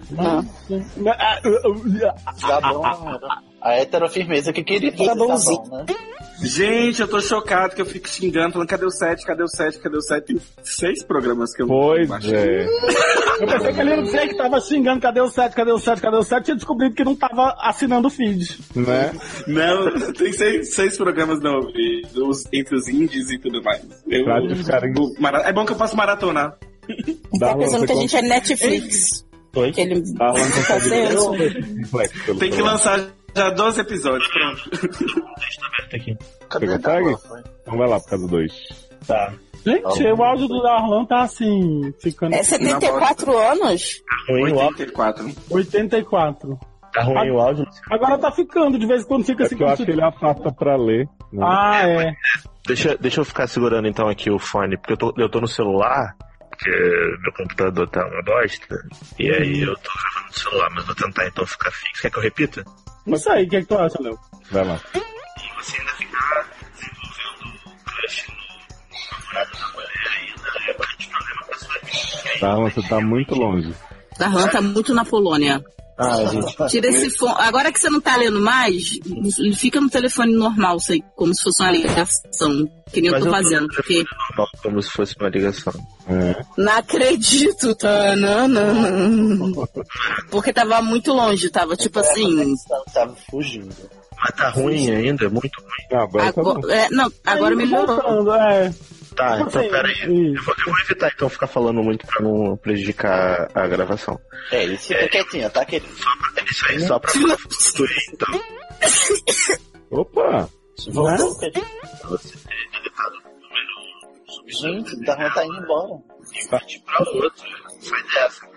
Sabão. A heterofirmeza que queria fazer sabão, né? Gente, eu tô chocado que eu fico xingando, falando, cadê o 7, cadê o 7, cadê o 7? Tem seis programas que eu Pois é. Eu pensei que ele ia dizer que tava xingando, cadê o 7, cadê o 7, cadê o 7, tinha descobrido que não tava assinando o feed. Né? Não, tem seis, seis programas não, os, entre os indies e tudo mais. Eu, Pra te ficarem- mara- é bom que eu posso maratonar. Tá pensando que a gente é Netflix. Oi? Que ele tá sendo. Tem que lançar já 12 episódios, pronto. Cadê Você consegue? Então vai lá por causa do 2. Tá. Gente, o áudio do Darlan tá assim, ficando... É 74 anos? Ruim o áudio. 84. 84. Tá ruim o áudio. Agora tá ficando, de vez em quando fica assim. que eu acho que ele afasta pra ler. né? Ah, é. Deixa, deixa eu ficar segurando então aqui o fone, porque eu tô, eu tô no celular, porque meu computador tá uma bosta, e aí eu tô gravando no celular, mas vou tentar então ficar fixo. Quer que eu repita? Não sei, o que é que tu acha, Léo? Vai lá. Você ainda ficar desenvolvendo o crush no namorado da mulher ainda é bastante problema pra sua vida. Tá, mas você tá muito longe. Darlan tá muito na Polônia. Ah, gente. Tira esse fone. Agora que você não tá lendo mais, fica no telefone normal, sei, como se fosse uma ligação. Que nem eu Mas tô eu tô- fazendo, porque. Normal, Como se fosse uma ligação. Não acredito, tananã. Porque tava muito longe, tava tipo assim. Tava É, tá fugindo. Mas tá ruim ainda, muito ruim. Ah, agora Agora, é, não, agora melhorou. é. Tá, então peraí. Eu vou, eu vou evitar então ficar falando muito pra não prejudicar a gravação. É isso, fica quietinha, tá, querido? É isso aí, só pra construir então. Opa! Voltou, querido. Você ter deletado o número Gente, Darlan tá indo embora. e partir pra outro. Foi dessa.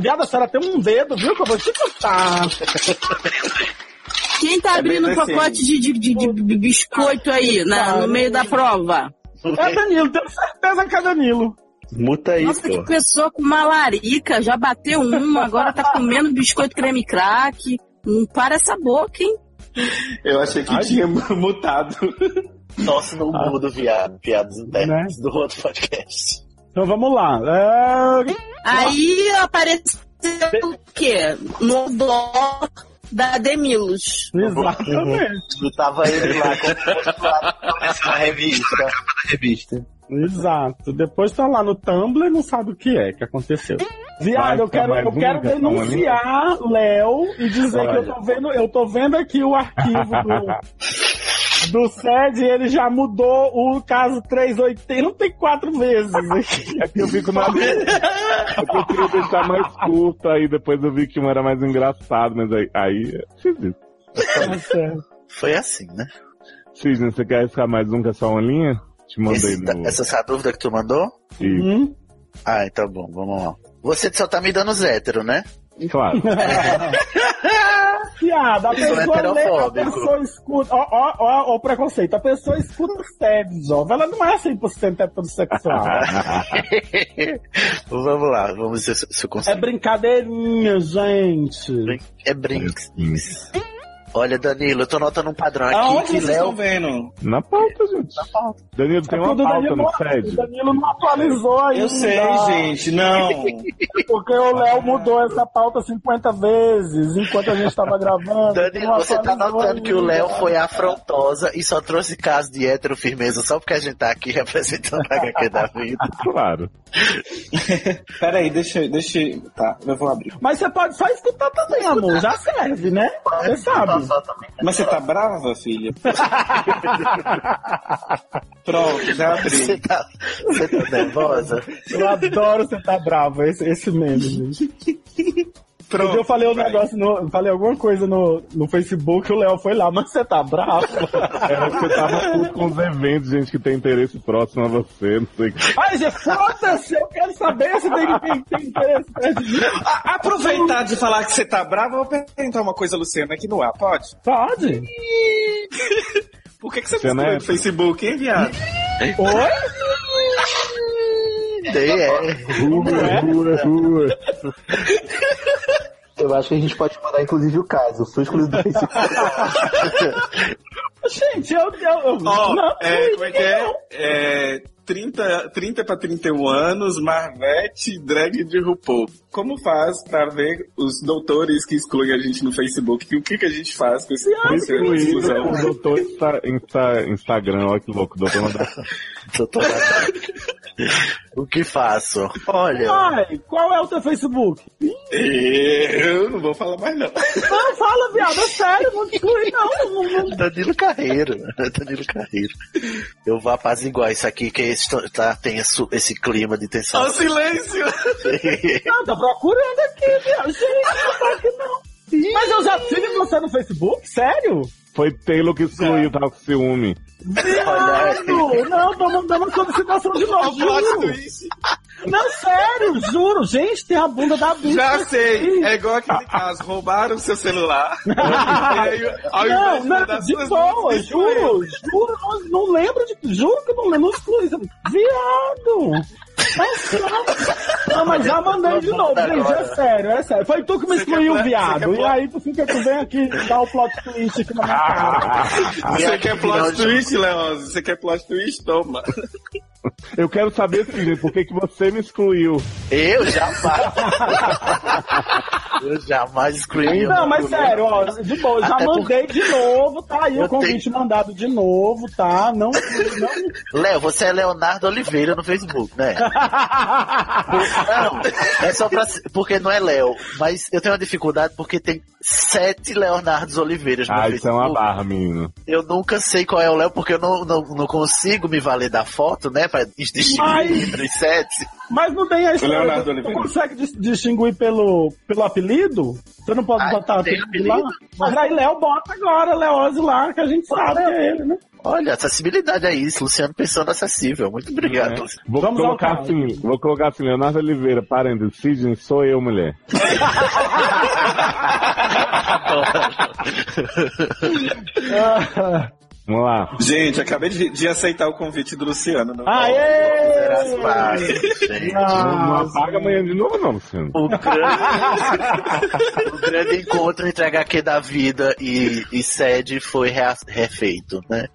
Viado, a senhora tem um dedo, viu? Que eu vou te contar. Quem É tá abrindo um assim. decente. pacote de, de- de- de- de biscoito aí, na- no meio da prova? É Danilo, tenho certeza que é Danilo. Muta aí, Nossa, que pô. pessoa com malarica, já bateu uma, agora tá comendo biscoito creme crack. Não para essa boca, hein? Eu achei que tinha mutado. Nossa, não Ah. muda, viado. Piadas internas Né? do outro podcast. Então vamos lá. É... Aí apareceu o quê? No odor da Demilos. Uhum. Exatamente. E tava ele lá com o postulado na revista. Revista. Exato. Depois tá lá no Tumblr, não sabe o que é que aconteceu. Viado, eu quero, eu quero denunciar Léo e dizer que eu tô vendo, eu tô vendo aqui o arquivo do, do SED ele já mudou o caso 384 vezes. É que eu fico na. É que eu queria deixar mais curto, aí depois eu vi que um era mais engraçado, mas aí. aí é fiz Tá isso. Foi assim, né? Cisne, você quer arriscar mais um que é só uma linha? Te mandei Esse- no. Essa, essa dúvida que tu mandou? Isso. Hum? Ah, então bom, vamos lá. Você só tá me dando os hétero, né? Claro. Piada, a Isso é pessoa lê, a heterofóbico. pessoa escuta. Ó, ó, ó, ó, o preconceito. A pessoa escuta o SED, jovem. Ela não é 100% heterossexual. Ah, vamos lá, vamos ver se se eu consigo. é brincadeirinha, gente. É brinks. Olha, Danilo, eu tô notando um padrão aqui Aonde que vocês Léo. estão vendo? Na pauta, Tá gente. Na pauta. Danilo, tem É uma porque o pauta Danilo no não- SED? O Danilo não atualizou ainda. Eu sei, gente, não. Porque o Léo mudou essa pauta 50 vezes enquanto a gente tava gravando. Danilo, Não você tá atualizou notando que o ainda. Léo foi afrontosa e só trouxe caso de hétero firmeza só porque a gente tá aqui representando a HQ da vida. Claro. Peraí, deixa, deixa. Tá, eu vou abrir. Mas você pode só escutar também, amor. Já serve, né? Você sabe. Mas você tá brava, filha? Pronto, já abri. Você tá, você tá nervosa? Eu adoro você tá bravo, esse, esse meme, gente. Porque eu falei um negócio, no, falei alguma coisa no, no Facebook, o Léo foi lá, mas você tá bravo. É, você tá- tava puto com os eventos, gente, que tem interesse próximo a você, não sei o que. Ai, gente, foda-se, eu quero saber se tem, tem, tem interesse perto de mim. A- aproveitar de falar que você tá brava, eu vou perguntar uma coisa, Luciana, aqui no ar, pode? Pode. Por que, que você Você não misturou é- no Facebook, hein, viado? Oi? Daí é. Rua, rua, rua. Eu acho que a gente pode mandar, inclusive, o caso. Foi excluído do Facebook. Gente, eu. eu, eu Ó, não, é, não, como é que é? é 30, 30 pra 31 anos, Marvete e drag de RuPaul. Como faz pra ver os doutores que excluem a gente no Facebook? E o que, que a gente faz com esse com essa Excluído exclusão? o doutor Insta, Insta- Instagram, olha que louco, doutor um André. Doutor Natália. o que faço? Olha, Ai, qual é o teu Facebook? Eu não vou falar mais, não. Não, fala, viado, é sério, não exclui, não. não, não. Danilo Carreiro. né? Danilo Carreiro. Eu vou apaziguar isso aqui, que esse, tá, tem esse, esse clima de tensão. Ó, silêncio! Não, tá procurando aqui, viado. Gente, não tá aqui, não. Mas eu já tive você no Facebook? Sério? Foi Taylor que excluiu, tava com ciúme. Viado! Não, tô mandando uma solicitação de novo, juro. isso. Não, sério, juro. Gente, tem a bunda da bicha. Já sei, aqui. é igual Ah. aquele caso, roubaram seu celular. e aí, ao invés Não, de não, mandar de suas boa, músicas, eu- juro, juro, não, não lembro de. Juro que não lembro, não exclui. Viado! Mas, só- não, mas já mandei de novo, gente, é sério, é sério. Foi tu que me Você quer excluiu, pla- você viado. quer E pla- aí tu fica, tu vem aqui dar o plot twist aqui na minha cara. Você quer plot twist, Leonzo? Você quer plot twist? Toma. Eu quero saber, Sidney, por que, que você me excluiu? Eu jamais. eu jamais excluí. Não, mas né? sério, ó, de boa, já Até mandei de novo, tá aí Eu o convite mandado de novo, tá? Não. não... Léo, você é Leonardo Oliveira no Facebook, né? Não, é só pra. Porque não é Léo, mas eu tenho uma dificuldade porque tem sete Leonardos Oliveiras no Ah, Facebook. isso é uma barra, menino. Eu nunca sei qual é o Léo, porque eu não, não, não consigo me valer da foto, né? Pra distinguir Mas- entre os sete. Mas não tem a história. Leonardo tu- tu Oliveira. consegue dis- distinguir pelo, pelo apelido? Você não pode Ah, botar tem apelido, lá? apelido? Mas aí Léo bota agora, Leose lá, que a gente sabe que é ele, né? Olha, acessibilidade é isso, Luciano pensando acessível. Muito é? obrigado. Luciano. Vou Vamos ao colocar caso. assim, vou colocar assim, Leonardo Oliveira, parênteses, Sidney, sou eu, mulher. Ah. Vamos lá. Gente, acabei de, de aceitar o convite do Luciano. Não Ah, é? Era as Aê! pazes, gente. Não, não Ah, apaga amanhã de novo, não, Luciano. O grande, o grande encontro entre HQ da vida e, e sede foi rea- refeito, né?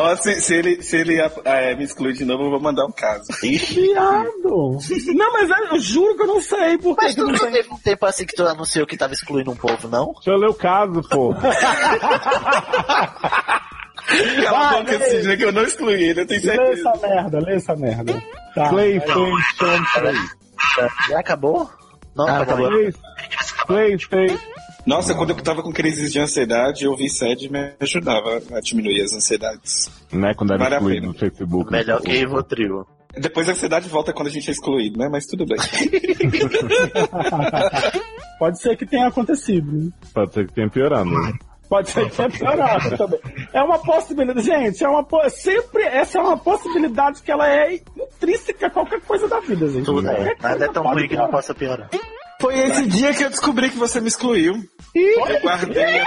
Ó, se, se ele, se ele ah, é, me excluir de novo, eu vou mandar um caso. Ixi. Viado! Não, mas é, eu- eu juro que eu não sei por que Mas que tu não não tem. teve um tempo assim que tu anunciou que tava excluindo um povo, não? Deixa eu ler o caso, pô. Cala a boca, lê. Sidney, que eu não excluí ele, eu tenho Lê certeza. essa merda, lê essa merda. Tá. PlayStation 3. Já acabou? Não, Ah, acabou. Play- PlayStation Nossa, quando eu tava com crises de ansiedade, eu vi sede me ajudava a diminuir as ansiedades. Né? Quando era Vale a excluído pena. no Facebook. né? Melhor que Rivotril. Depois a ansiedade volta quando a gente é excluído, né? Mas tudo bem. Pode ser que tenha acontecido. né? Pode ser que tenha piorado. né? Pode ser que tenha piorado também. É uma possibilidade, gente, é uma po- sempre essa é uma possibilidade que ela é intrínseca a qualquer coisa da vida, gente. Tudo Qualquer é. Nada é tão pode ruim que não possa piorar. Foi esse dia que eu descobri que você me excluiu. Eu guardei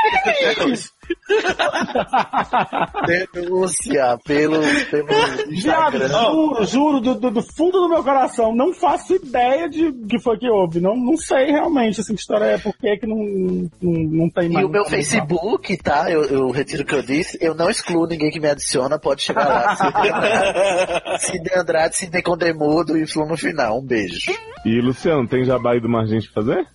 Denúncia pelo, pelo Viado, Instagram. juro, juro, do, do- do fundo do meu coração, não faço ideia de que foi que houve. Não, não sei realmente assim, que história é, por que que não, não, não tem mais. E o meu não- é Facebook, tá? Eu, eu retiro o que eu disse. Eu não excluo ninguém que me adiciona. Pode chegar lá. Sidney Andrade, Sidney Andrade, Sidney Condemudo e Flu no final. Um beijo. E, Luciano, tem jabá aí do mais gente fazer?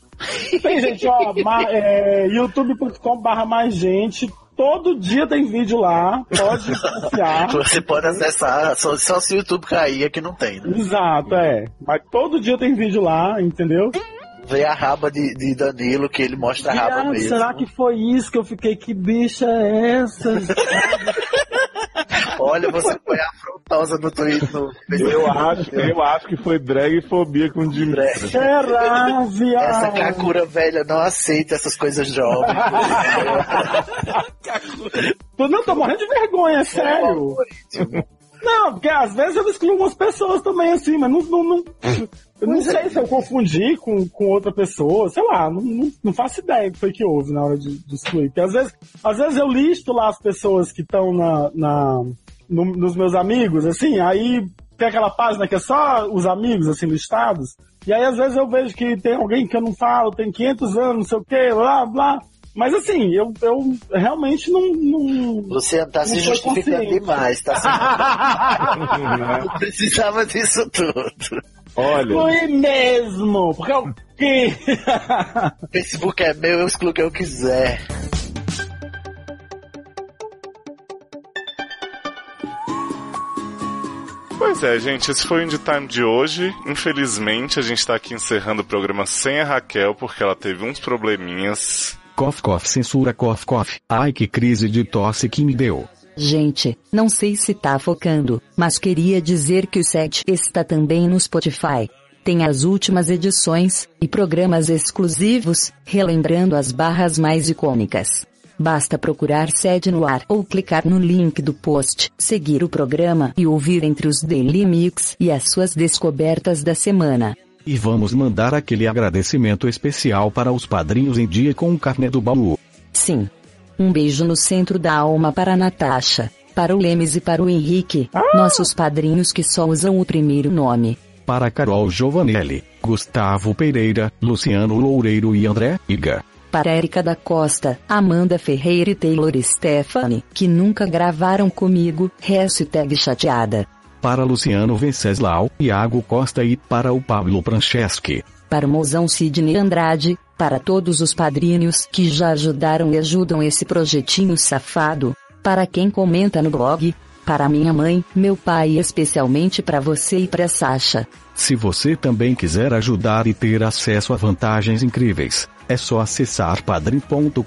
Tem gente, ó, ma- é, youtube.com.br mais gente. Todo dia tem vídeo lá. Pode confiar. Você pode acessar só, só se o YouTube cair, é que não tem, né? Exato, é. Mas todo dia tem vídeo lá, entendeu? Vê a raba de, de Danilo, que ele mostra a raba Viado, Tá mesmo. será que foi isso que eu fiquei? Que bicha é essa? Olha, você foi afrontosa no Twitter. No Facebook. Eu acho, eu acho que foi drag e fobia com o Jimmy. Será, viado? Essa Kakura velha não aceita essas coisas jovens. Tu não, tô morrendo de vergonha, é sério. Não, porque às vezes eu excluo umas pessoas também, assim, mas não. não, não- eu não sei se eu confundi com, com outra pessoa, sei lá, não, não, não faço ideia do que foi que houve na hora de, de excluir. Porque às vezes, às vezes eu listo lá as pessoas que estão na, na, no- nos meus amigos, assim, aí tem aquela página que é só os amigos, assim, listados. E aí às vezes eu vejo que tem alguém que eu não falo, tem 500 anos, não sei o que, blá, blá. Mas assim, eu, eu realmente não. não Luciano tá não se foi justificando consciente. demais, tá se... Não precisava disso tudo. Olha, Foi mesmo, porque eu que Facebook é meu, eu excluo quem eu quiser. Pois é, gente, esse foi o Indie Time de hoje. Infelizmente, a gente tá aqui encerrando o programa sem a Raquel, porque ela teve uns probleminhas. Cof cof censura cof cof. Ai que crise de tosse que me deu. Gente, não sei se tá focando, mas queria dizer que o set está também no Spotify. Tem as últimas edições e programas exclusivos, relembrando as barras mais icônicas. Basta procurar sede no ar ou clicar no link do post, seguir o programa e ouvir entre os Daily Mix e as suas descobertas da semana. E vamos mandar aquele agradecimento especial para os padrinhos em dia com o carnê do baú. Sim. Um beijo no centro da alma para a Natasha, para o Lemes e para o Henrique, nossos padrinhos que só usam o primeiro nome. Para Carol Giovanelli, Gustavo Pereira, Luciano Loureiro e André Iga. Para Érica da Costa, Amanda Ferreira e Taylor Stephanie, que nunca gravaram comigo, hashtag chateada. Para Luciano Venceslau, Iago Costa e para o Pablo Franceschi. Para o mozão Sidney Andrade, para todos os padrinhos que já ajudaram e ajudam esse projetinho safado, para quem comenta no blog, para minha mãe, meu pai e especialmente para você e para Sasha. Se você também quiser ajudar e ter acesso a vantagens incríveis, é só acessar padrim.com.br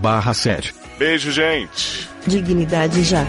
barra sede. Beijo, gente! Dignidade já.